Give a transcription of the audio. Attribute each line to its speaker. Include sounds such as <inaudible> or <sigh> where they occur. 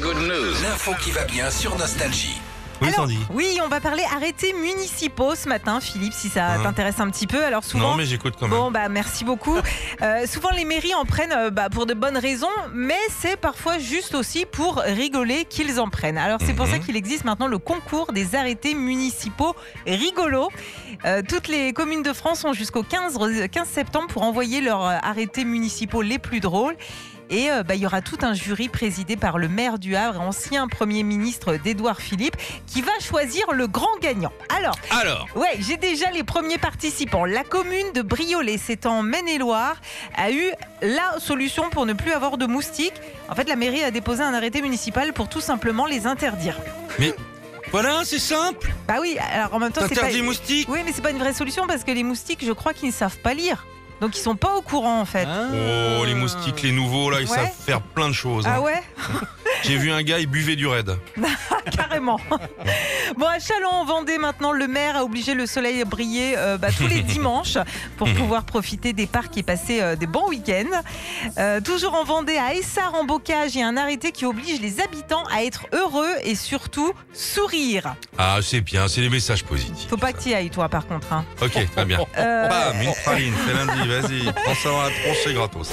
Speaker 1: good news.
Speaker 2: L'info qui va bien sur Nostalgie.
Speaker 3: Oui,
Speaker 4: Alors,
Speaker 3: Sandy.
Speaker 4: oui, on va parler arrêtés municipaux ce matin, Philippe, si ça
Speaker 3: Hein.
Speaker 4: t'intéresse un petit peu. Alors souvent,
Speaker 3: Non, mais j'écoute quand même.
Speaker 4: Bon, bah
Speaker 3: <laughs>
Speaker 4: merci beaucoup. Euh, souvent, les mairies en prennent euh, bah, pour de bonnes raisons, mais c'est parfois juste aussi pour rigoler qu'ils en prennent. Alors, c'est pour
Speaker 3: Mhm.
Speaker 4: ça qu'il existe maintenant le concours des arrêtés municipaux rigolos. Euh, toutes les communes de France ont jusqu'au 15, re- 15 septembre pour envoyer leurs euh, arrêtés municipaux les plus drôles. Et euh, bah, il y aura tout un jury présidé par le maire du Havre, ancien Premier ministre d'Édouard Philippe, qui va choisir le grand gagnant. Alors,
Speaker 3: Alors,
Speaker 4: Ouais, j'ai déjà les premiers participants. La commune de Briolet, c'est en Maine-et-Loire, a eu la solution pour ne plus avoir de moustiques. En fait, la mairie a déposé un arrêté municipal pour tout simplement les interdire.
Speaker 3: voilà, c'est simple.
Speaker 4: Bah oui, alors en même temps, c'est pas.
Speaker 3: T'interdis moustique.
Speaker 4: Oui, mais c'est pas une vraie solution parce que les moustiques, je crois qu'ils ne savent pas lire. Donc ils sont pas au courant en fait.
Speaker 3: Oh, les moustiques, les nouveaux, là, ils
Speaker 4: Ah. Ouais.
Speaker 3: savent faire plein de choses. hein.
Speaker 4: Ah ouais
Speaker 3: J'ai vu un gars, il buvait du raid.
Speaker 4: Carrément. Bon, à Chalon, en Vendée, maintenant, le maire a obligé le soleil à briller euh, bah, tous les dimanches pour pouvoir profiter des parcs et passer euh, des bons week-ends. Euh, toujours en Vendée, à Essard, en Bocage, il y a un arrêté qui oblige les habitants à être heureux et surtout sourire.
Speaker 3: Ah, c'est bien, c'est les messages positifs.
Speaker 4: Faut pas que tu ailles, toi, par contre. hein.
Speaker 3: Ok, très bien.
Speaker 4: <laughs> Euh,
Speaker 3: Bam, une farine, c'est lundi, vas-y. Prends ça dans la tronche, c'est gratos.